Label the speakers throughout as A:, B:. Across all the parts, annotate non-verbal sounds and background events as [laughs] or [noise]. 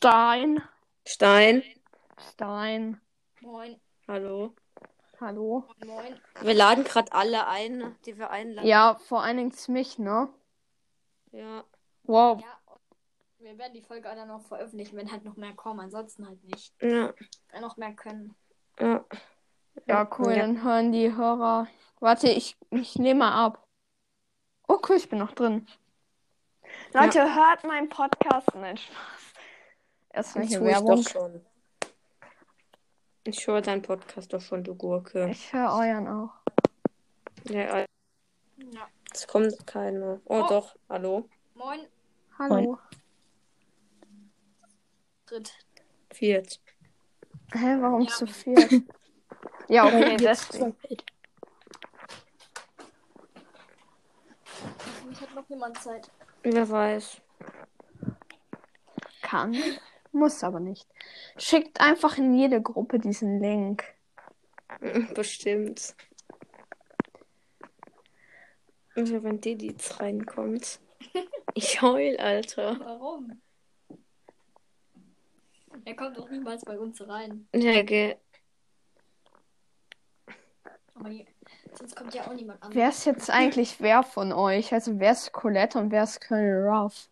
A: Stein.
B: Stein.
A: Stein.
C: Moin,
B: Hallo.
A: Hallo.
C: moin.
B: Wir laden gerade alle ein, die wir einladen.
A: Ja, vor allen Dingen mich, ne?
B: Ja.
A: Wow.
C: Ja, wir werden die Folge dann noch veröffentlichen, wenn halt noch mehr kommen. Ansonsten halt nicht.
B: Ja.
C: Wenn noch mehr können.
B: Ja.
A: Ja, cool.
B: Ja.
A: Dann hören die Hörer. Warte, ich, ich nehme mal ab. Oh, cool, ich bin noch drin. Leute, hört meinen Podcast. Nein, Spaß. Erstmal
B: Das
A: hier
B: tue ich
A: Werbung.
B: doch schon. Ich höre deinen Podcast doch schon, du Gurke.
A: Ich höre euren auch.
B: Ja,
C: Ja.
B: es kommt keine. Oh,
C: Oh.
B: doch. Hallo.
C: Moin,
A: Hallo.
C: dritt.
B: Viert.
A: Hä, warum
C: Ja.
A: zu viel? [laughs] ja, okay, deswegen.
C: Ich hat noch niemand Zeit.
B: Wer weiß. [laughs]
A: Kann. Muss aber nicht. Schickt einfach in jede Gruppe diesen Link.
B: Bestimmt. Also wenn Dediz [laughs] reinkommt. Ich heul, Alter.
C: Warum? Er kommt doch niemals bei uns rein.
B: Ja, ge
C: Aber je- sonst kommt ja auch niemand an.
A: Wer ist jetzt eigentlich wer von euch? Also wer ist Colette und wer ist Colonel Ruff?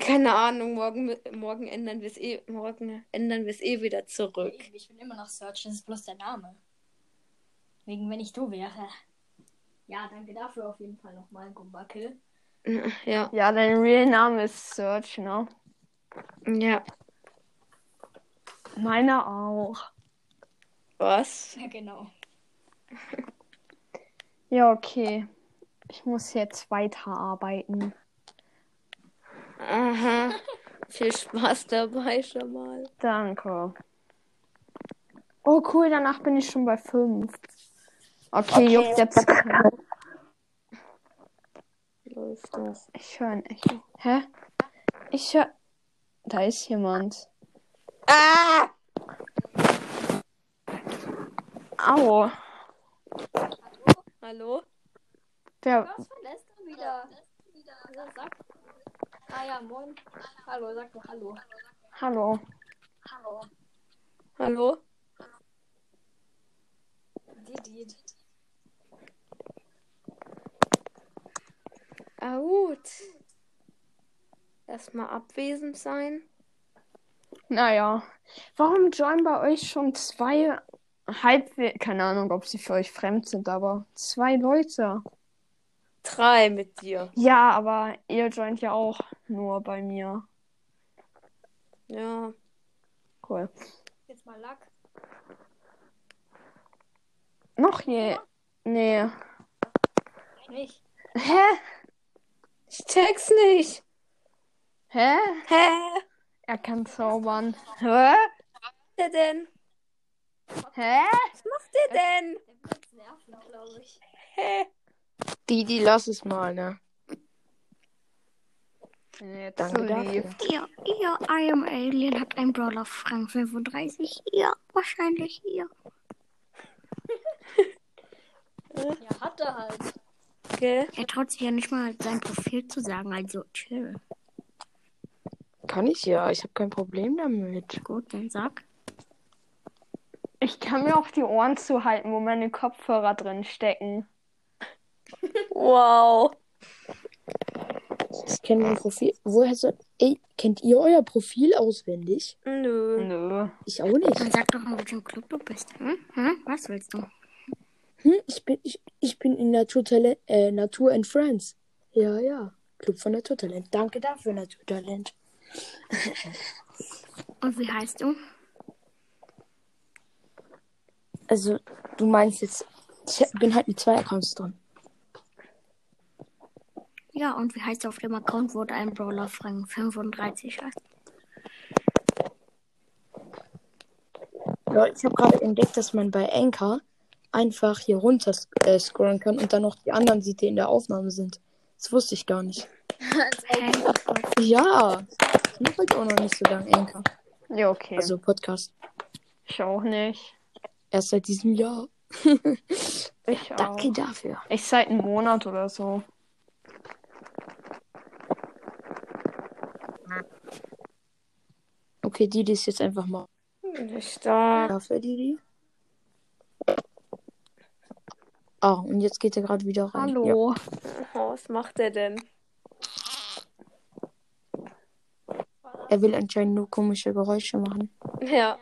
B: keine Ahnung, morgen, morgen ändern wir es eh, morgen ändern wir es eh wieder zurück.
C: Ey, Ich bin immer noch Search, das ist bloß der Name. Wegen, wenn ich du wäre. Ja, danke dafür auf jeden Fall nochmal, Gumbackel.
B: Ja,
A: Ja, dein real Name ist Search, ne?
B: ja.
A: Meiner auch.
B: Was?
C: Ja, genau.
A: Ja, okay. Ich muss jetzt weiterarbeiten.
B: Aha. Viel Spaß dabei schon mal.
A: Danke. Oh, cool, danach bin ich schon bei 5. Okay, juckt jetzt. keinen.
B: Läuft doch.
A: Ich höre ein Echo. Hä? Ich höre. Da ist jemand.
B: Ah!
A: Au.
B: Hallo?
A: Wer,
C: Was verlässt er wieder? Ja, Sag. Ah ja, moin. Hallo, sag doch hallo.
A: hallo.
C: Hallo.
B: Hallo?
C: Didi.
B: Ah, gut. Erstmal abwesend sein.
A: Naja. Warum joinen bei euch schon zwei halbwe Keine Ahnung, ob sie für euch fremd sind, aber zwei Leute.
B: Drei mit dir.
A: Ja, aber ihr joint ja auch nur bei mir.
B: Ja.
A: Cool.
C: Jetzt mal Lack.
A: Noch je. Nee.
C: Nicht.
A: Hä?
B: Ich check's nicht.
A: Hä?
B: Hä?
A: Er kann zaubern. Hä?
B: Wer denn?
A: Hä?
B: Wer denn?
C: Der wird jetzt nerven, glaube ich.
B: Hä?
D: Die, die lass es mal, ne?
A: Nee,
D: Danke dafür.
E: Ihr, ihr, I am Alien hat einen Brawler auf Rang 35. Ihr, wahrscheinlich ihr.
C: Ja, hat er halt.
B: Gell?
E: Er traut sich ja nicht mal sein Profil zu sagen, also chill.
D: Kann ich ja. Ich habe kein Problem damit.
E: Gut, dann sag.
A: Ich kann mir auch die Ohren zuhalten, wo meine Kopfhörer drin stecken.
B: Wow.
D: Ich kenne mein Profil. Woher soll. Ey, kennt ihr euer Profil auswendig?
B: Nö.
A: Nö.
D: Ich auch
E: Dann
D: nicht.
E: sag doch mal, welchen Club du bist. Hm? Hm? Was willst du?
D: Hm, ich bin, ich, ich bin in Naturtalent, äh, Natur and Friends. Ja, ja. Club von Naturtalent. Danke dafür, Naturtalent.
E: Und wie heißt du?
D: Also, du meinst jetzt, ich bin halt mit zwei Accounts dran.
E: Ja, und wie heißt du auf dem Account, wo du einen Brawler auf Rang 35 hast?
D: Leute, ich habe gerade entdeckt, dass man bei Anchor einfach hier runter äh, scrollen kann und dann noch die anderen sieht, die in der Aufnahme sind. Das wusste ich gar nicht.
E: Hey,
D: Ja, ich mache halt auch noch nicht so lange Anchor.
A: Ja, okay.
D: Also Podcast.
A: ich auch nicht.
D: Erst seit diesem Jahr.
A: Ich auch.
D: Danke dafür.
A: Ich seit einem Monat oder so.
D: Okay, die ist jetzt einfach mal.
B: Nicht da.
D: Dafür Didi. Ah, und jetzt geht er gerade wieder rein. Ja.
A: Hallo.
B: Was macht er denn?
D: Er will anscheinend nur komische Geräusche machen.
B: Ja.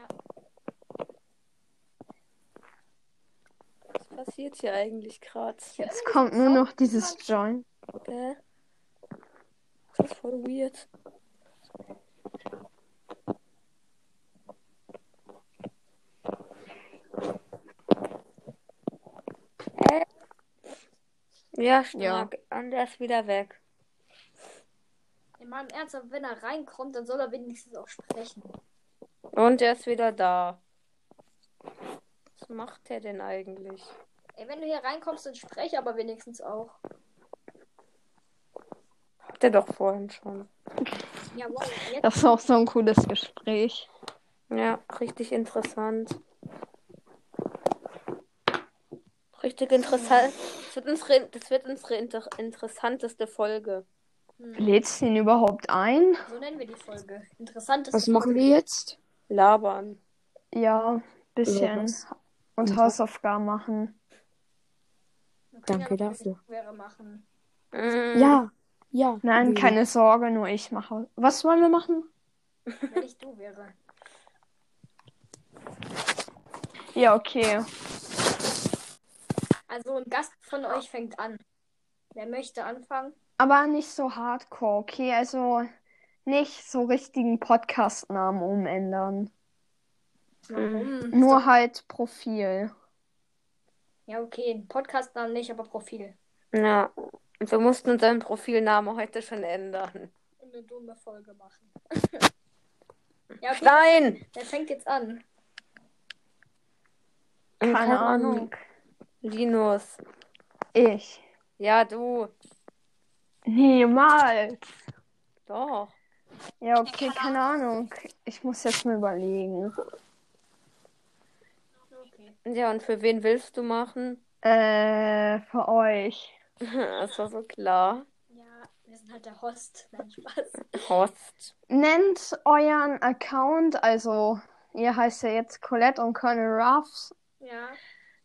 B: Was passiert hier eigentlich gerade?
A: Jetzt kommt nur noch dieses Join.
B: Gell? Das ist voll weird. Ja, stark. Und er ist wieder weg.
C: In meinem Ernst, wenn er reinkommt, dann soll er wenigstens auch sprechen.
B: Und er ist wieder da. Was macht er denn eigentlich?
C: Ey, wenn du hier reinkommst, dann sprech aber wenigstens auch.
B: Hat er doch vorhin schon.
C: Ja, wow, jetzt
A: Das ist auch so ein cooles Gespräch.
B: Ja, richtig interessant. Richtig interessant. Das wird unsere, das wird unsere inter interessanteste Folge.
A: Lädst du ihn überhaupt ein?
C: so nennen wir die Folge. Interessant ist
D: Was machen wir jetzt?
B: Labern.
A: Ja, bisschen.
D: was?
A: Und Hausaufgaben machen.
C: wir können
D: Danke
C: ja noch
D: dafür.
C: Wäre machen.
B: Mm,
D: Ja, ja.
A: Nein,
D: Ja.
A: keine Sorge, nur ich mache. Was wollen wir machen?
C: Wenn ich du wäre.
A: Ja, okay.
C: Also ein Gast von euch fängt an. Wer möchte anfangen?
A: Aber nicht so hardcore, okay? Also nicht so richtigen Podcast-Namen umändern.
C: Warum?
A: Nur halt Profil.
C: Ja, okay. Podcast-Namen nicht, aber Profil.
B: Ja. Und wir mussten unseren Profilnamen heute schon ändern.
C: Und eine dumme Folge machen. [laughs] ja, okay.
B: Nein!
C: Wer fängt jetzt an?
A: Äh, Keine Ahnung.
B: Linus.
A: Ich.
B: Ja, du.
A: Niemals.
B: Doch.
A: Ja, okay, keine Ahnung. Ich muss jetzt mal überlegen.
C: Okay.
B: Ja, und für wen willst du machen? [laughs]
A: Äh, für euch.
B: Das war so klar.
C: Ja, wir sind halt der Host. Nein, Spaß.
B: Horst.
A: Nennt euren Account, also ihr heißt ja jetzt Colette und Colonel Ruffs.
C: Ja.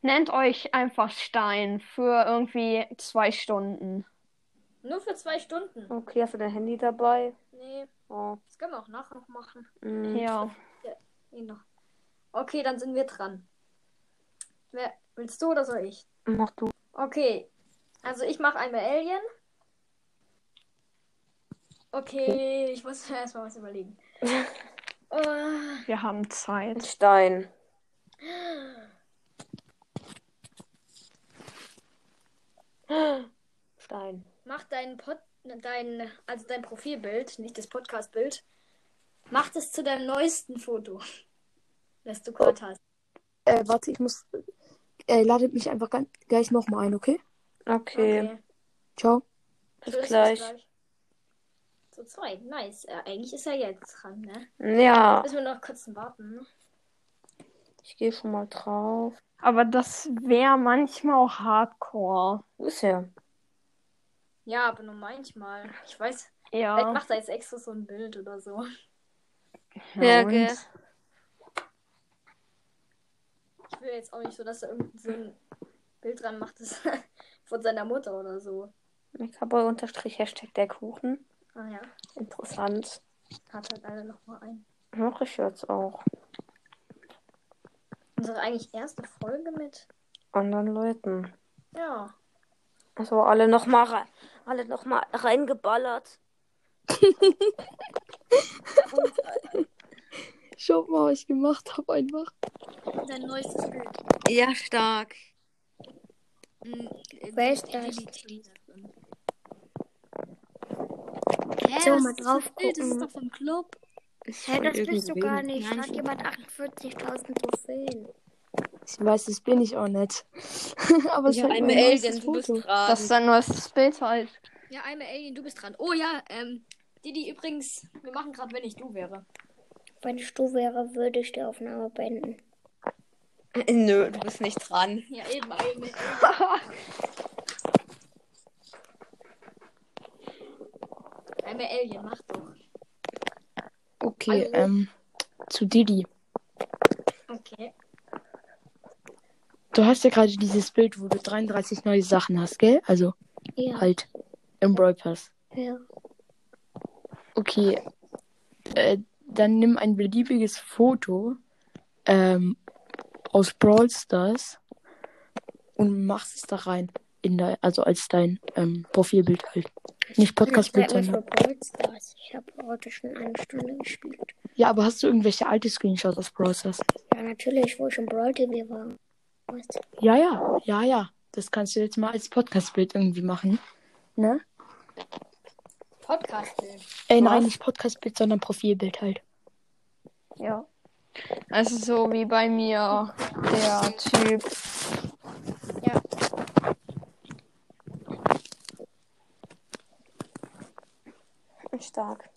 A: Nennt euch einfach Stein für irgendwie zwei Stunden.
C: Nur für zwei Stunden.
B: Okay, hast du dein Handy dabei?
C: Nee,
B: Oh.
C: das können wir auch nachher noch machen.
B: mm.
A: Ja.
C: Nee, noch. Okay, dann sind wir dran. Wer, willst du oder soll ich?
B: Mach du.
C: Okay. Also ich mache einmal Alien. Okay, ich muss mir erstmal was überlegen. Äh,
A: Wir haben Zeit.
B: Stein. Stein.
C: mach dein Pod, dein, also dein Profilbild, nicht das Podcast-Bild. Mach das zu deinem neuesten Foto, das du gerade hast.
D: Äh, warte, ich muss. Äh, ladet mich einfach gan- gleich nochmal ein, okay?
B: Okay,
D: Ciao.
B: bis
C: Tschüss, bis
B: gleich.
C: Zu zweit, nice. Äh, eigentlich ist er jetzt dran, ne?
B: Ja,
C: Müssen wir noch kurz warten.
B: ich gehe schon mal drauf.
A: Aber das wäre manchmal auch hardcore.
B: Wo ist er?
C: Ja, aber nur manchmal. Ich weiß, vielleicht
A: Ja.
C: macht er jetzt extra so ein Bild oder so.
B: Ja,
A: und-
B: gell.
C: Ich will jetzt auch nicht so, dass er irgendein so ein Bild dran macht, das [laughs] von seiner Mutter oder so.
B: Cowboy unterstrich Hashtag der Kuchen.
C: Ah ja,
B: Interessant.
C: hat halt alle noch mal ein.
B: Mache ich jetzt auch.
C: Unsere eigentlich erste Folge mit.
B: Anderen Leuten.
C: Ja.
B: Also alle nochmal rein. Alle nochmal reingeballert.
D: Schaut mal, was ich gemacht habe einfach.
C: Dein neuestes Bild.
B: Ja, stark.
E: Welch Hä,
C: So,
E: was
C: mal
E: ist
C: drauf
E: das Bild? Das ist
C: gucken.
E: doch vom Club.
B: Ist
E: Hä,
B: von
E: das bist du
B: irgendwem.
E: gar nicht.
B: Nein,
E: Da hat
B: ich-
E: jemand 48.000 Trophäen.
D: Ich weiß, das bin ich auch nicht. [laughs] Aber es
B: Ja,
D: ist halt
B: I'm
D: mein
B: Alien,
D: neuestes
B: du bist
D: Foto.
B: dran.
A: Das ist dein neuestes Bild halt.
C: Ja, einmal Alien, du bist dran. Oh ja, ähm, Didi, übrigens, wir machen gerade, wenn ich du wäre.
E: Wenn ich du wäre, würde ich die Aufnahme beenden.
B: Nö, du bist nicht dran.
C: Ja, eben, eben. einmal Alien, mach doch.
D: Okay,
C: Hallo.
D: ähm. zu Didi.
C: Okay.
D: Du hast ja gerade dieses Bild, wo du 33 neue Sachen hast, gell? Also
E: Ja.
D: halt im Brawl Pass.
E: ja.
D: Okay. Äh, dann nimm ein beliebiges Foto ähm, aus Brawl Stars und machst es da rein. In de, also als dein ähm, Profilbild halt. Nicht Podcastbild,
E: Ich
D: sondern.
E: habe Brawl Stars. Ich habe heute schon eine Stunde gespielt.
D: Ja, aber hast du irgendwelche alte Screenshots aus Brawl Stars?
E: Ja, natürlich, wo ich im Brawl TV war. Weißt du?
D: Ja, ja, ja, ja. Das kannst du jetzt mal als Podcastbild irgendwie machen. Ne?
C: Podcast-Bild.
D: Äh, nein, nicht Podcastbild, sondern Profilbild halt.
A: Ja. Also so wie bei mir der Typ.
C: Ja.
A: Stark.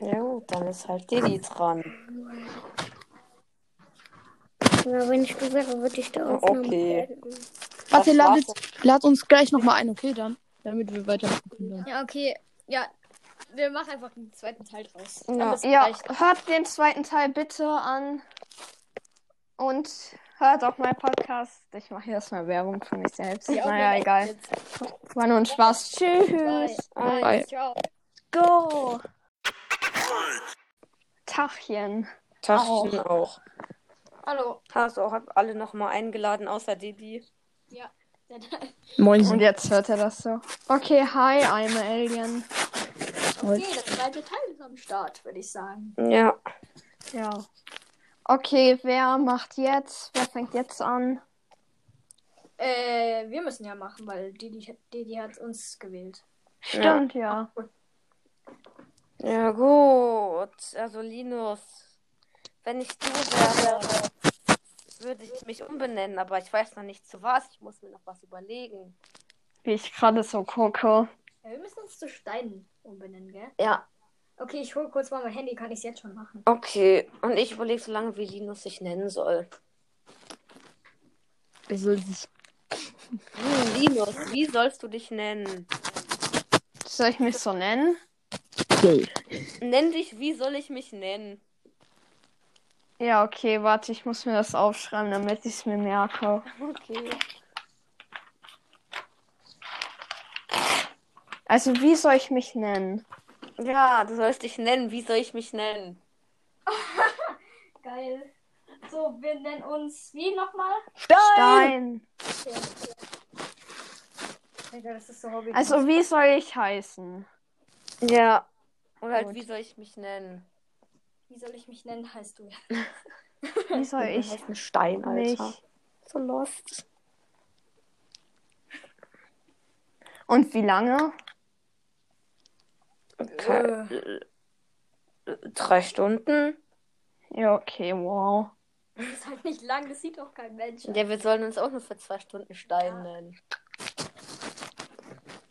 B: Ja gut, dann ist halt Didi dran.
E: Aber wenn ich du wäre, würde ich da
B: Oh,
E: Aufnahme
B: okay.
E: beenden.
D: Warte,
B: Das
D: lad,
B: war's.
D: jetzt, lad uns gleich nochmal ein, okay, dann? Damit wir weitermachen können.
C: Ja, okay. Ja, wir machen einfach den zweiten Teil draus. Am
A: Ja,
C: besten
A: ja
C: gleich.
A: hört den zweiten Teil bitte an. Und hört auch meinen Podcast. Ich mache hier erstmal Werbung für mich selbst.
C: Ja,
A: naja,
C: okay.
A: egal.
C: Jetzt
A: War nur ein Spaß.
C: Zwei,
A: Tschüss.
C: eins,
D: Bye.
C: ciao.
A: Go. Tachchen.
B: Taschen auch.
C: Hallo.
B: Hast du auch alle nochmal eingeladen, außer Didi.
A: Und
D: Moin.
A: jetzt hört er das so. Okay, hi, I'm a Alien.
C: Okay, der zweite Teil ist am Start, würde ich sagen.
B: Ja.
A: Ja. Okay, wer macht jetzt? Wer fängt jetzt an?
C: Äh, wir müssen ja machen, weil Didi, Didi hat uns gewählt.
A: Stimmt, ja.
B: Ja gut. Also Linus, wenn ich du wäre, würde ich mich umbenennen, aber ich weiß noch nicht zu was. Ich muss mir noch was überlegen.
A: Wie ich gerade so gucke.
C: Ja, wir müssen uns zu Steinen umbenennen, gell?
B: Ja.
C: Okay, ich hole kurz mal mein Handy, kann ich es jetzt schon machen.
B: Okay. Und ich überlege so lange, wie Linus sich nennen soll.
D: Er soll sich-
B: Hm, Linus, wie sollst du dich nennen?
A: Soll ich mich so nennen?
B: Nenn dich, wie soll ich mich nennen? [laughs]
A: Ja, okay, warte, ich muss mir das aufschreiben, damit ich es mir merke.
B: Okay.
A: Also, wie soll ich mich nennen?
B: Ja, du sollst dich nennen. Wie soll ich mich nennen?
C: Geil. So, wir nennen uns wie nochmal?
A: Stein.
C: Digga, das ist so Hobby.
A: Also, wie soll ich heißen?
B: Ja. Oder halt,
A: Gut.
B: wie soll ich mich nennen?
C: wie soll ich mich nennen, heißt du?
A: Wie soll ich
B: heißt ein Stein,
A: mich?
B: So lost.
A: Und wie lange?
B: Äh. Drei Stunden?
A: Ja, okay, wow.
C: [laughs] Das ist halt nicht lang, das sieht doch kein Mensch.
B: Ja, wir sollen uns auch nur für zwei Stunden Stein nennen.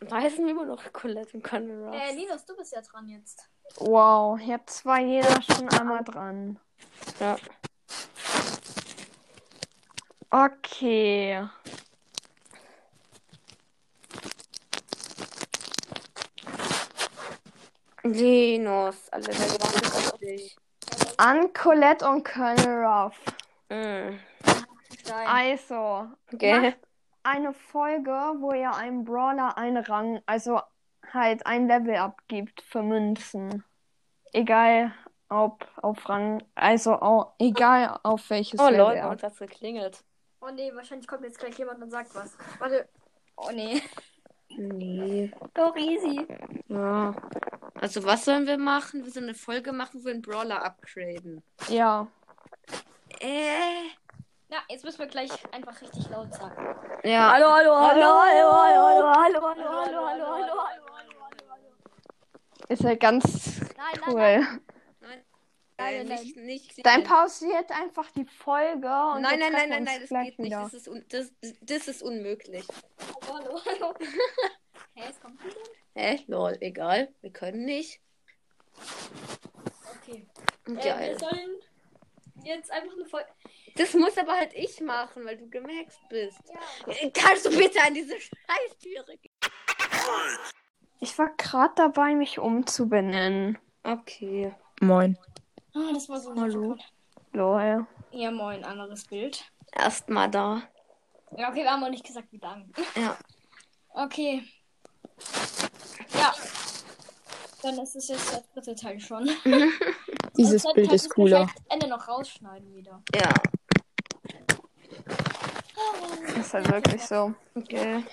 B: Weißen wir immer noch Colette und Conrad.
C: Äh, Linus, du bist ja dran jetzt.
A: Wow, jetzt war jeder schon einmal dran.
B: Ja.
A: Okay.
B: Linus, alle der Gedanke auf dich.
A: An Colette und Colonel Ruff.
B: Mhm.
C: Stein.
A: Also,
B: Gell?
A: macht eine Folge, wo ihr einem Brawler einen Rang, also halt ein Level abgibt für Münzen. Egal ob auf Rang, also au, egal auf welches
B: Oh
A: Level.
B: Leute, bei uns hat's geklingelt.
C: Oh nee, wahrscheinlich kommt jetzt gleich jemand und sagt was. Warte. Oh nee.
B: Nee.
C: Doch easy.
B: Ja. Also was sollen wir machen? Wir sollen eine Folge machen, wo wir einen Brawler upgraden.
A: Ja.
B: Äh.
C: Na, jetzt müssen wir gleich einfach richtig laut sagen.
B: Ja. Hallo, hallo, hallo, hallo, hallo, hallo, hallo,
C: Hallo, hallo, hallo, hallo, hallo, hallo, hallo.
A: Ist ja ganz
C: Nein, nein, nein.
A: cool.
B: Äh, nicht, nicht.
A: Dann pausiert einfach die Folge und
B: Nein,
A: wir
B: nein,
A: treffen
B: nein, nein,
A: uns
B: nein, das
A: gleich
B: geht nicht.
A: wieder.
B: Das ist, un das, das ist unmöglich.
C: Hallo, hallo. [laughs] Hä, es kommt wieder?
B: Hä? Lol, egal. Wir können nicht.
C: Okay. Äh,
B: Geil.
C: wir sollen jetzt einfach eine Folge.
B: Das muss aber halt ich Äh, machen, weil du gemaxt bist. Kannst du bitte an diese Scheißtüre gehen?
A: Ich war gerade dabei, mich umzubenennen.
B: Okay.
D: Moin.
C: Ah, das war so ein Hallo.
A: Lol.
C: Ja, moin, anderes Bild.
B: Erstmal da.
C: Ja, okay, wir haben auch nicht gesagt, wie lang.
B: Ja.
C: Okay. Ja. Dann ist es jetzt der dritte Teil schon.
D: Dieses
C: Und dann
D: Bild
C: kann
D: ist
C: ich
D: cooler.
C: vielleicht das Ende noch rausschneiden wieder.
B: Ja.
A: Das ist halt wirklich so.
B: Okay.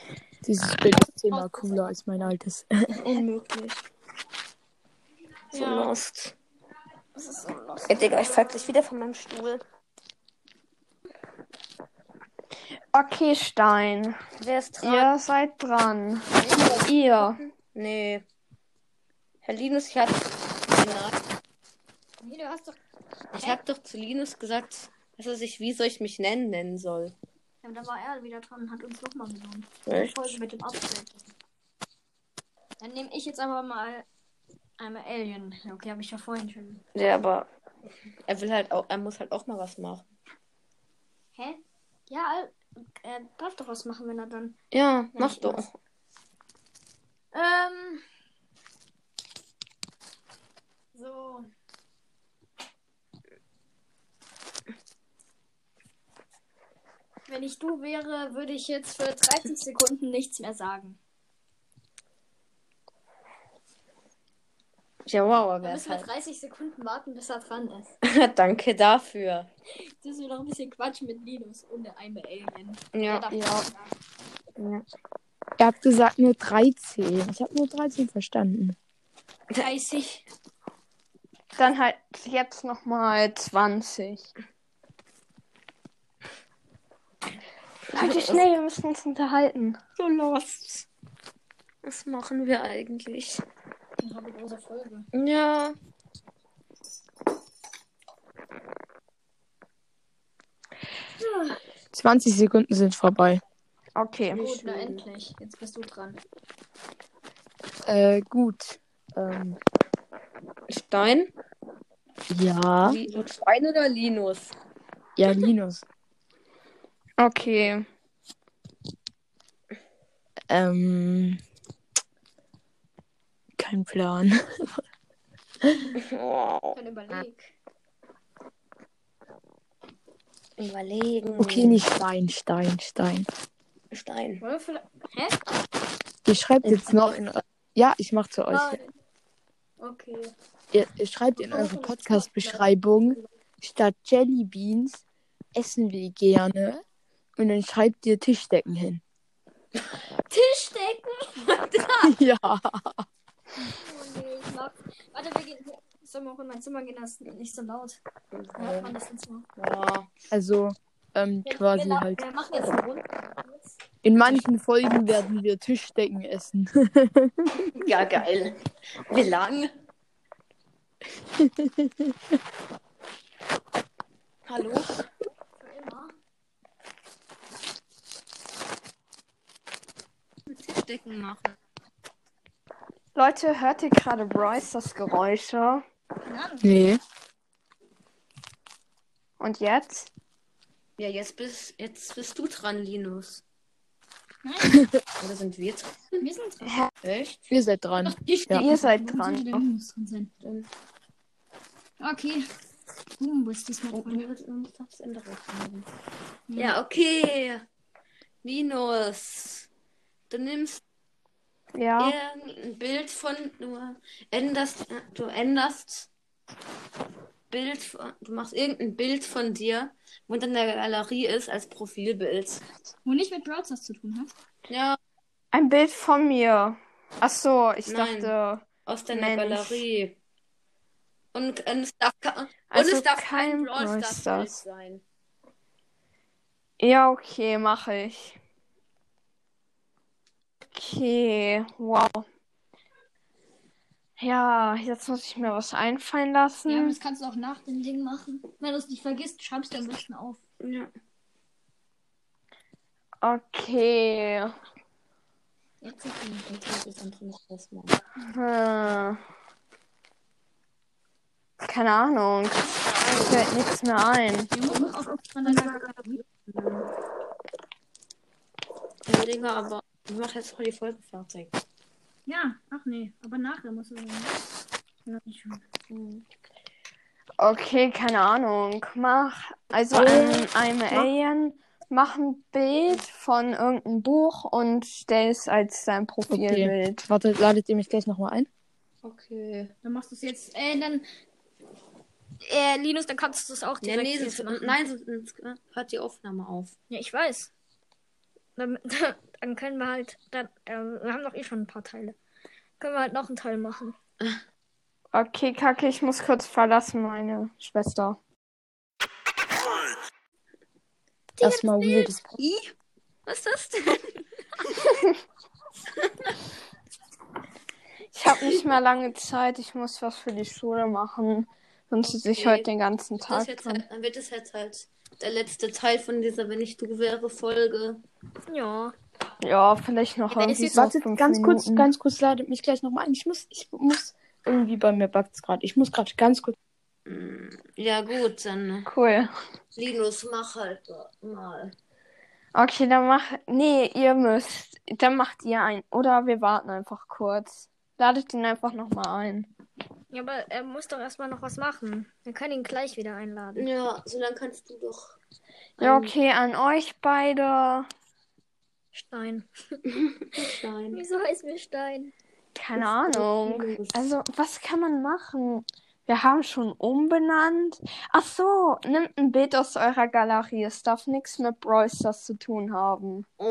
D: Dieses Bild ist zehnmal cooler als mein altes.
B: Unmöglich. So
C: Ja.
B: lost.
C: Das ist so los.
B: Ey, Digga, ich fall gleich wieder von meinem Stuhl.
A: Okay, Stein.
B: Wer ist dran?
A: Ihr seid dran. Ihr.
B: Nee. Herr Linus, ich hatte.
C: Nee, du hast doch.
B: Ich hab doch zu Linus gesagt, dass er sich, wie soll ich mich nennen, nennen soll.
C: Ja, aber da war er wieder dran und hat uns nochmal genommen.
B: Echt?
C: Folge mit dem Update. Dann nehme ich jetzt aber mal einmal Alien. Ja, Okay, habe ich ja vorhin schon.
B: Ja, aber er will halt auch, er muss halt auch mal was machen.
C: Hä? Ja, Al- er darf doch was machen, wenn er dann.
B: Ja, mach
C: ich
B: doch.
C: Ähm. So. Wenn ich du wäre, würde ich jetzt für 30 Sekunden nichts mehr sagen.
B: Ja, wow,
C: Dann
B: wer
C: müssen
B: ist
C: wir
B: halt.
C: 30 Sekunden warten, bis er dran ist.
B: Danke dafür.
C: Jetzt müssen wir noch ein bisschen quatschen mit Linus ohne einmal Alien. Der
B: Ja.
C: darf nichts sagen.
D: Ihr habt gesagt nur 13. Ich habe nur 13 verstanden.
C: 30.
A: Dann halt jetzt nochmal 20. Leute, schnell, wir müssen uns unterhalten.
B: So lost. Was machen wir eigentlich?
C: Ich habe eine große Folge.
B: Ja.
C: Ja,
D: 20 Sekunden sind vorbei.
A: Okay.
C: gut, na endlich. Jetzt bist du dran.
D: Äh, gut. Ähm,
B: Stein?
D: ja.
B: Li- Stein oder Linus?
D: Ja, Linus.
A: Okay.
D: Ähm, kein Plan.
B: Wow.
C: Dann überleg.
B: Überlegen.
D: Okay, nicht Stein, Stein, Stein.
B: Stein.
C: Wollen wir vielleicht. Hä?
D: Ihr schreibt jetzt noch in. Ja, ich mach
B: Oh,
D: zu euch.
C: Nein. Okay.
D: Ihr, ihr schreibt in eure Podcast-Beschreibung statt Jelly Beans essen wir gerne. Und dann schreibt ihr Tischdecken hin. [laughs]
C: Tischdecken!
D: Ja.
C: Oh nee, ich mag. Warte, wir gehen. Sollen wir auch in mein Zimmer gehen? Das ist nicht so laut. Dann hört man das ins Zimmer.
B: Ja.
D: Also ähm,
C: Wir-
D: quasi
C: wir, la-
D: halt.
C: Wir machen jetzt einen Runden.
D: In manchen Folgen werden wir Tischdecken essen. [laughs]
B: ja, geil. Wie lang? Hallo?
C: Für immer.
B: Tischdecken machen.
A: Leute, hört ihr gerade Bryce das Geräusche?
D: Nee.
A: Und jetzt?
B: Ja, jetzt bist, jetzt bist du dran, Linus. Oder sind wir jetzt?
C: Wir sind dran.
B: Echt?
D: Ihr seid dran. Ja.
A: Ihr seid
C: Warum sollen wir
A: dran.
C: denn uns dran sein? Dann- Okay. Hm, Boom, bist diesmal
B: Oh,
C: dran.
B: mir wird irgendwie das Ende rausgenommen. Ja, okay. Linus. Du nimmst
A: Ja.
B: irgendein Bild von, du änderst, äh, du änderst Bild, von- du machst irgendein Bild von dir, wo in der Galerie ist, als Profilbild.
C: Wo nicht mit Browsers zu tun hat.
B: Ja,
A: Ein Bild von mir. Ach so, ich
B: Nein.
A: dachte.
B: aus deiner
A: Mensch.
B: Galerie. Und, äh, es darf, ka- und
A: Also
B: es darf
A: kein
B: kein Brawl
A: Brawl
B: Stars
A: Stars.
B: Bild sein.
A: Ja, okay, mache ich. Okay, wow. Ja, jetzt muss ich mir was einfallen
C: Ja, aber
A: lassen.
C: das kannst du auch nach dem Ding machen. Wenn du es nicht vergisst, schreibst du am besten auf.
B: Ja.
A: Okay.
C: Jetzt ist
B: Und das ist dann drin, das mal.
A: Hm. Keine Ahnung. Mir fällt nichts mehr ein.
C: Wir müssen auch von deiner Galerie.
B: Ja, Digga, aber ich mache jetzt mal die Folge fertig.
C: Ja, ach nee, aber nachher muss man. Ja, ich-
A: Okay, keine Ahnung. Mach also ein, einem Alien, mach ein Bild von irgendeinem Buch und stell es als dein Profilbild.
D: Warte, ladet ihr mich gleich nochmal ein?
B: Okay.
C: Dann machst du es jetzt. Äh, dann. Äh, Linus, dann kannst du es auch
B: Ja,
C: direkt
B: nee,
C: jetzt
B: sonst,
C: machen.
B: nein, sonst hört die Aufnahme auf.
C: Ja, ich weiß. Dann, [laughs] dann können wir halt. Dann, äh, wir haben doch eh schon ein paar Teile. Können wir halt noch einen Teil machen.
A: Okay, Kacke, ich muss kurz verlassen, meine Schwester.
D: Erstmal weirdes
C: Was ist das denn?
A: Ich habe nicht mehr lange Zeit, ich muss was für die Schule machen. Sonst sitze ich
B: Okay.
A: heute den ganzen
B: Das
A: Tag
B: jetzt
A: dran.
B: halt, dann wird es jetzt halt der letzte Teil von dieser Wenn ich du wäre Folge.
C: Ja.
A: Ja, vielleicht noch
C: Ja, der ist
A: irgendwie
C: jetzt-
A: so
D: Warte,
A: fünf
D: ganz kurz,
A: Minuten.
D: ganz kurz, ladet mich gleich nochmal ein. Ich muss, ich muss, irgendwie bei mir backt es gerade. Ich muss gerade ganz kurz.
B: Mm, Ja gut, dann ne.
A: Cool.
B: Linus, mach halt mal.
A: Okay, dann mach. Nee, ihr müsst. Dann macht ihr ein. Oder wir warten einfach kurz. Ladet ihn einfach nochmal ein.
C: Ja, aber er muss doch erstmal noch was machen. Wir können ihn gleich wieder einladen.
B: Ja, so dann kannst du doch.
A: Ja,
B: ein
A: okay, an euch beide.
C: Stein.
B: Klein.
C: [laughs] Wieso heißt mir Stein?
A: Keine
B: Das ist
A: Ahnung.
B: Linus.
A: Also, was kann man machen? Wir haben schon umbenannt. Ach so, nimmt ein Bild aus eurer Galerie. Es darf nichts mit Brawl Stars zu tun haben.
B: Oh.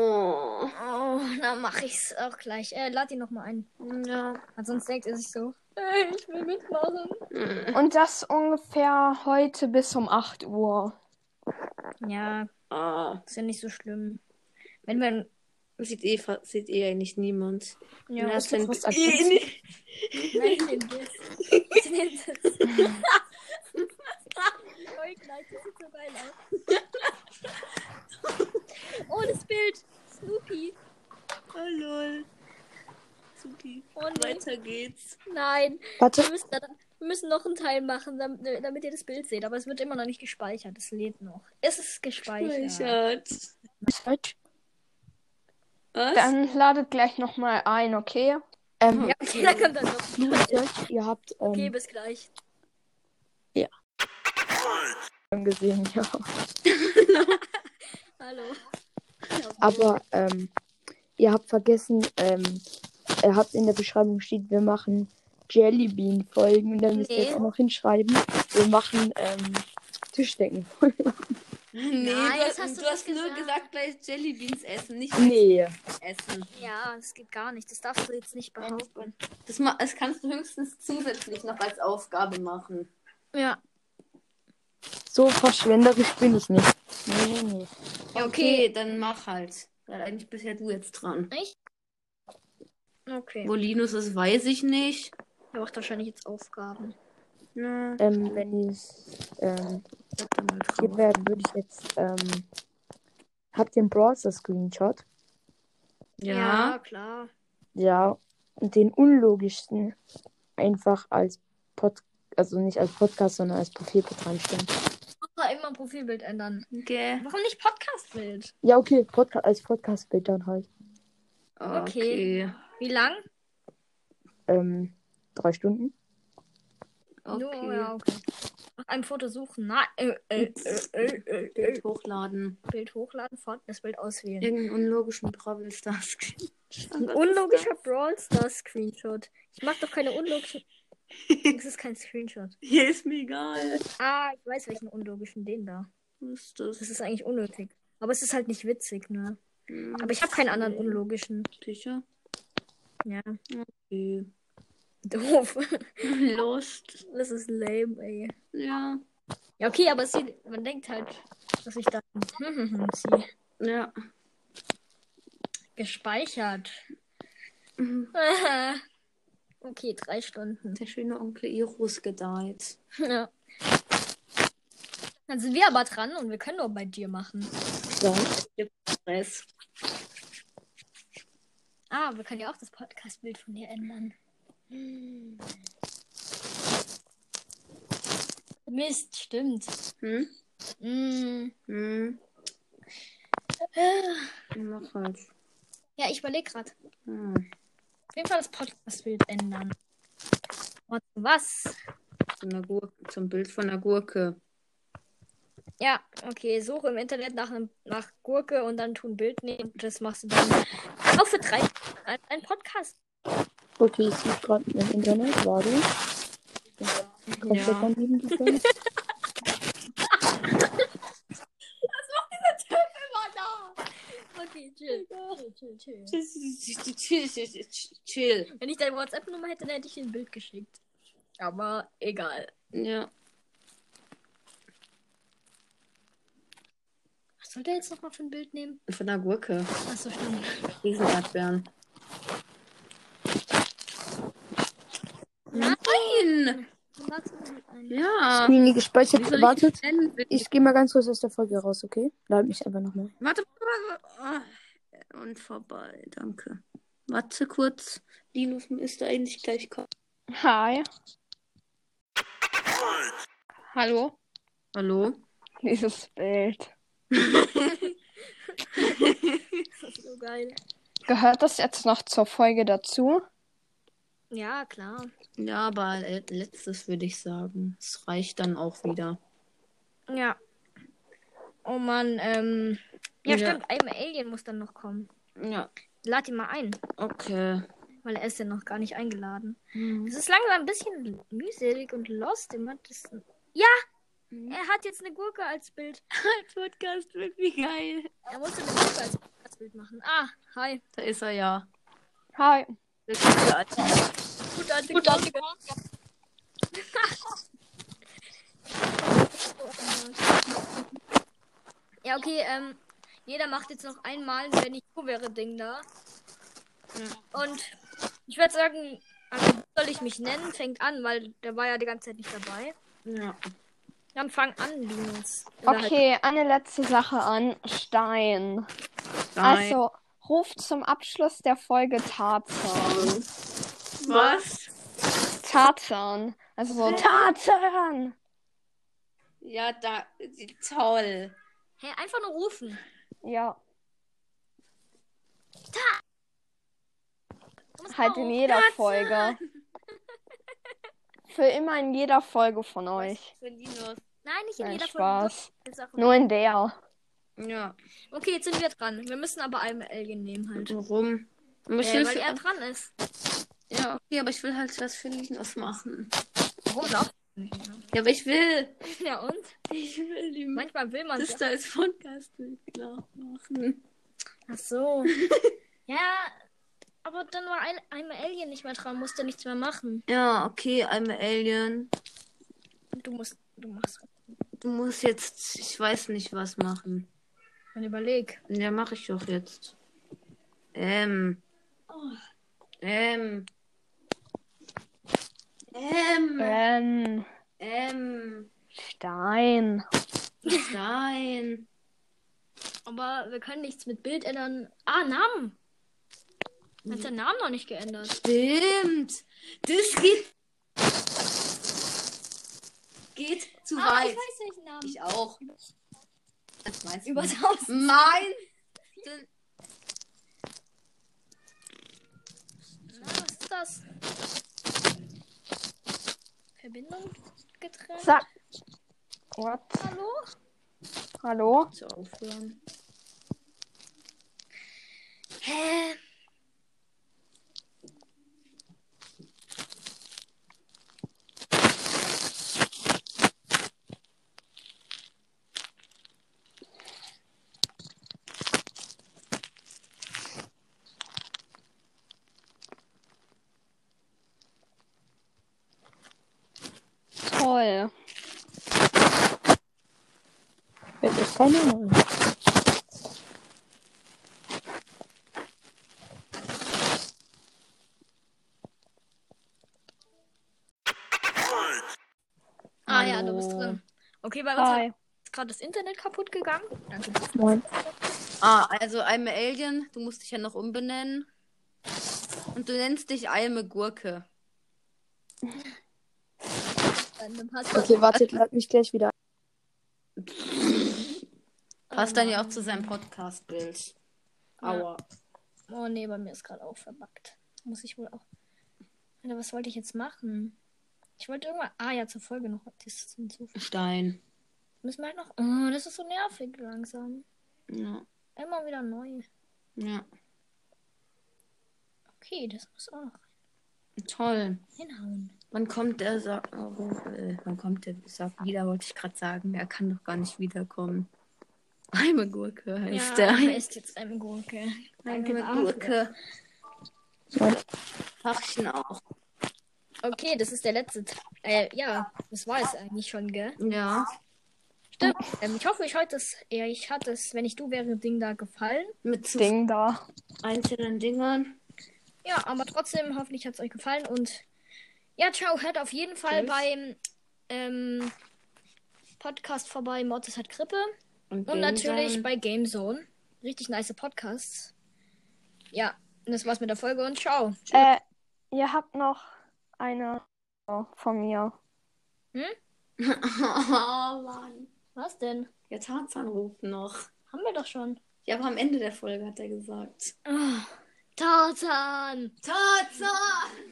C: Oh, na mach ich's auch gleich. Äh, lad ihn nochmal ein.
B: Ja.
C: Weil sonst denkt er sich so, ey, Äh, ich will mitmachen.
B: Mm.
A: Und das ungefähr heute bis um 8 Uhr.
C: Ja,
B: Ah.
C: ist ja nicht so schlimm. Wenn wir.
B: Sieht eh, fa- sieht eh eigentlich niemand.
C: Ja,
B: Na,
C: was
B: dann-
D: was
B: eh
D: aktiv?
B: nicht.
C: nein, den Biss. Den Biss.
B: [laughs]
C: Leugneid, das sieht so geil aus. Oh, das Bild. Snoopy.
B: Oh lol. Suki.
C: Oh, nee.
B: Weiter geht's.
C: Nein.
D: Warte,
C: Wir müssen, da, wir müssen noch einen Teil machen, damit, damit ihr das Bild seht. Aber es wird immer noch nicht gespeichert. Es lädt noch. Es ist gespeichert.
B: Richard.
D: Deutsch?
B: Was?
A: Dann ladet gleich nochmal ein, okay?
D: Ähm,
C: Ja, okay, dann kommt dann noch.
D: Blue Search, ihr habt
C: Okay,
D: ähm,
C: bis gleich.
D: gesehen,
B: [laughs]
D: ja.
C: Hallo.
D: Aber ähm, ihr habt vergessen, ähm, ihr habt in der Beschreibung steht, wir machen Jellybean-Folgen und dann müsst ihr
C: Nee.
D: jetzt auch noch hinschreiben, wir machen ähm, Tischdecken. [laughs]
B: Nee,
C: Nein,
B: du,
C: das hast du
B: du hast
C: nicht
B: nur gesagt,
C: gesagt.
B: bei Jellybeans essen, nicht
D: nee.
B: essen.
C: Ja, es geht gar nicht. Das darfst du jetzt nicht behaupten.
B: Das, ma- das kannst du höchstens zusätzlich noch als Aufgabe machen.
C: Ja.
D: So verschwenderisch bin ich nicht. Nee, nee, nee.
B: Okay, dann mach halt. Weil eigentlich bist ja du jetzt dran.
C: Okay.
B: Wo Linus ist, weiß ich nicht.
C: Er macht wahrscheinlich jetzt Aufgaben.
B: Na,
D: Ähm, wenn ihr es ähm,
B: bleibt da mal
D: geht,
B: drauf.
D: wär- würde ich jetzt. Ähm, habt ihr einen Browser Screenshot?
B: Ja.
C: klar.
D: Ja. Und den unlogischsten einfach als Pod also nicht als Podcast, sondern als Profilbild reinstellen.
C: Muss immer Profilbild ändern.
B: Okay.
C: Warum nicht Podcastbild?
D: Ja, okay, Podcast als Podcastbild dann halt.
B: Okay.
C: Okay. Wie lang?
D: Ähm, drei Stunden.
C: Nur,
B: Okay.
C: ja, okay. Nach einem Foto suchen. Na, äh, äh, äh, äh, äh, äh.
B: Bild hochladen.
C: Bild hochladen, folgendes Bild auswählen.
B: Irgendeinen unlogischen Bravel Stars.
C: Ein unlogischer Brawl Stars Screenshot. Ich mach doch keine
B: [laughs]
C: unlogischen. das ist kein Screenshot.
B: Hier ist mir egal.
C: Ah, ich weiß welchen unlogischen den da.
B: Was ist das?
C: Das ist eigentlich unnötig. Aber es ist halt nicht witzig, ne? Aber ich habe keinen anderen unlogischen.
B: Hm, Sicher?
C: Ja.
B: Okay. [laughs]
C: Doof. [laughs]
B: Lost.
C: Das ist lame, ey.
B: Ja.
C: Ja, okay, aber sie, man denkt halt, dass ich da. [laughs] sie
B: Ja.
C: gespeichert. [laughs] okay, drei Stunden.
B: Der schöne Onkel Iros gedeiht.
C: Ja. Dann sind wir aber dran und wir können nur bei dir machen.
D: Ja.
B: Stress.
C: Ah, wir können ja auch das Podcast-Bild von dir ändern. Mist, stimmt.
B: Hm?
C: Mm.
B: Hm. Mach halt.
C: Ja, ich überlege gerade.
B: Hm.
C: jeden Fall das Podcast-Bild ändern. Und was?
B: Zu einer Gurke, zum Bild von einer Gurke.
C: Ja, okay, suche im Internet nach, einem, nach Gurke und dann tu ein Bild nehmen. Und das machst du dann auch für drei als ein Podcast.
D: Okay, ich suche gerade im Internet. Warte. Kommt ja. davon neben die Fenster?
C: Okay, chill. Chill, chill, chill.
B: Chill, chill, chill.
C: Wenn ich deine WhatsApp-Nummer hätte, dann hätte ich dir ein Bild geschickt. Aber egal.
B: Ja.
C: Was soll der jetzt nochmal für ein Bild nehmen?
B: Von einer Gurke.
C: Achso, stimmt.
B: Riesenerdbeeren. Nein!
C: Dann lad mal mit ein.
B: Ja.
D: Mini
B: Wie
D: gespeichert.
B: soll ich
D: Wartet,
B: das nennen?
D: ich gehe mal ganz kurz aus der Folge raus, okay? Lade mich einfach nochmal.
B: Warte, warte, warte. Ah, Und vorbei, danke. Warte kurz. Linus müsste eigentlich gleich kommen.
A: Hi. Hallo?
B: Hallo?
A: Dieses Bild.
C: Das ist so geil.
A: Gehört das jetzt noch zur Folge dazu?
C: Ja, klar.
B: Ja, aber le- letztes würde ich sagen. Es reicht dann auch wieder.
C: Ja. Oh Mann, ähm. Ja,
B: Ja.
C: stimmt, ein Alien muss dann noch kommen.
B: Ja,
C: Lad ihn mal ein,
B: okay.
C: weil er ist ja noch gar nicht eingeladen.
B: Hm.
C: Es ist langsam ein bisschen mühselig und lost. Immer das... Ja! Er hat jetzt eine Gurke als
B: [laughs]
C: Bild.
B: Hm. Podcast wird wie geil.
C: Er muss eine Gurke als, als Bild machen. Ah, hi.
B: Da ist er ja.
A: Hi.
B: Der gute alte-
C: Gut, alte Gut, alte [laughs] Ja, okay, ähm, jeder macht jetzt noch einmal, wenn ich so wäre, Ding da. Und ich würde sagen, also wie soll ich mich nennen? Fängt an, weil der war ja die ganze Zeit nicht dabei.
B: Ja.
C: Dann fang an, Linus. Oder Halt,
A: Okay, eine letzte Sache an. Stein.
B: Nein.
A: Also, ruf zum Abschluss der Folge Tarzan.
B: was?
A: Tarzan. Also so Tarzan.
B: Ja, da. Toll.
C: hä, einfach nur rufen.
A: Ja,
C: Du musst
A: halt
C: mal
A: in
C: rufen.
A: jeder Folge. Für immer in jeder Folge von euch.
B: Für Linus.
C: Nein, nicht in
A: Nein,
C: jeder
A: Spaß.
C: Folge. Sache.
A: Nur in der.
B: Ja.
C: Okay, jetzt sind wir dran. Wir müssen aber einen Alien nehmen halt.
B: Warum? Aber ich
C: Äh,
B: will
C: weil
B: für-
C: er dran ist.
B: ja, okay, aber ich will halt was für Linus machen.
C: Warum noch?
B: Ja, aber ich will.
C: Ja und?
B: Ich will die
C: Manchmal will man
B: das da als Podcast nachmachen.
C: Ach so. ja, aber dann war ein, einmal Alien nicht mehr dran, musste nichts mehr machen.
B: Ja, okay, I'm Alien.
C: Du musst, du machst.
B: Du musst jetzt, ich weiß nicht, was machen.
C: Dann überleg.
B: Ja, mache ich doch jetzt. Ähm.
A: Oh,
B: Ähm. Ähm.
A: Ähm,
B: Ähm.
A: Stein.
B: Nein.
C: Aber wir können nichts mit Bild ändern. Ah, Namen. Er Hat der Namen noch nicht geändert.
B: Stimmt. Das geht. Geht zu
C: Ah, ich
B: weit.
C: weiß nicht den Namen.
B: Ich auch. Das weiß ich
C: Über
B: nicht.
C: 1000.
B: Mein.
C: Na, was ist das? Verbindung getrennt.
A: Sag. What?
C: Hallo?
A: Hallo?
B: Zu aufhören.
C: Hä?
A: Toll.
D: Jetzt ist keine Ahnung.
C: Ah ja, du bist drin. Okay, bei uns
A: Hi.
C: hat- ist gerade das Internet kaputt gegangen. Danke.
D: Nein.
B: Ah, also I'm Alien. Du musst dich ja noch umbenennen. Und du nennst dich Alme Gurke.
C: Dann hast du-
D: Okay, wartet, lad mich gleich wieder.
B: Passt dann ja auch zu seinem Podcast-Bild. Aua.
C: Oh nee, bei mir ist gerade auch verbuggt. Muss ich wohl auch. Alter, was wollte ich jetzt machen? Ich wollte irgendwann. Ah ja, zur Folge noch. Das hinzufügen.
B: Stein.
C: Müssen wir halt noch. Oh, das ist so nervig langsam.
B: Ja.
C: Immer wieder neu.
B: Ja.
C: Okay, das muss auch noch
B: Toll.
C: hinhauen.
B: Wann kommt der Sack? Oh, äh, wann kommt der Sack wieder, wollte ich gerade sagen. Er kann doch gar nicht wiederkommen. Einmal Gurke heißt
C: ja,
B: er.
C: da ist jetzt eine Gurke.
B: Einmal Gurke. Fachchen auch.
C: Okay, das ist der letzte Tag. Äh, ja, das war es eigentlich schon, gell?
B: Ja.
C: Stimmt. Ähm, ich hoffe, ich hatte es, ja, ich hatte es, wenn ich du wäre, Ding da gefallen.
B: Mit zu
A: Ding da.
B: einzelnen Dingern.
C: Ja, aber trotzdem, hoffentlich hat es euch gefallen und ja, ciao, hört auf jeden Fall
B: Tschüss.
C: beim ähm, Podcast vorbei, Mortis hat Grippe.
B: Und,
C: Und natürlich
B: Dingern.
C: bei Gamezone. Richtig nice Podcasts. Ja, und das war's mit der Folge und ciao.
A: Äh, ihr habt noch eine von mir.
B: Oh Mann.
C: Was denn?
B: Der Tarzan ruft noch.
C: Haben wir doch schon. Ah,
B: Ja, aber am Ende der Folge hat er gesagt.
C: Tarzan!
B: Tarzan!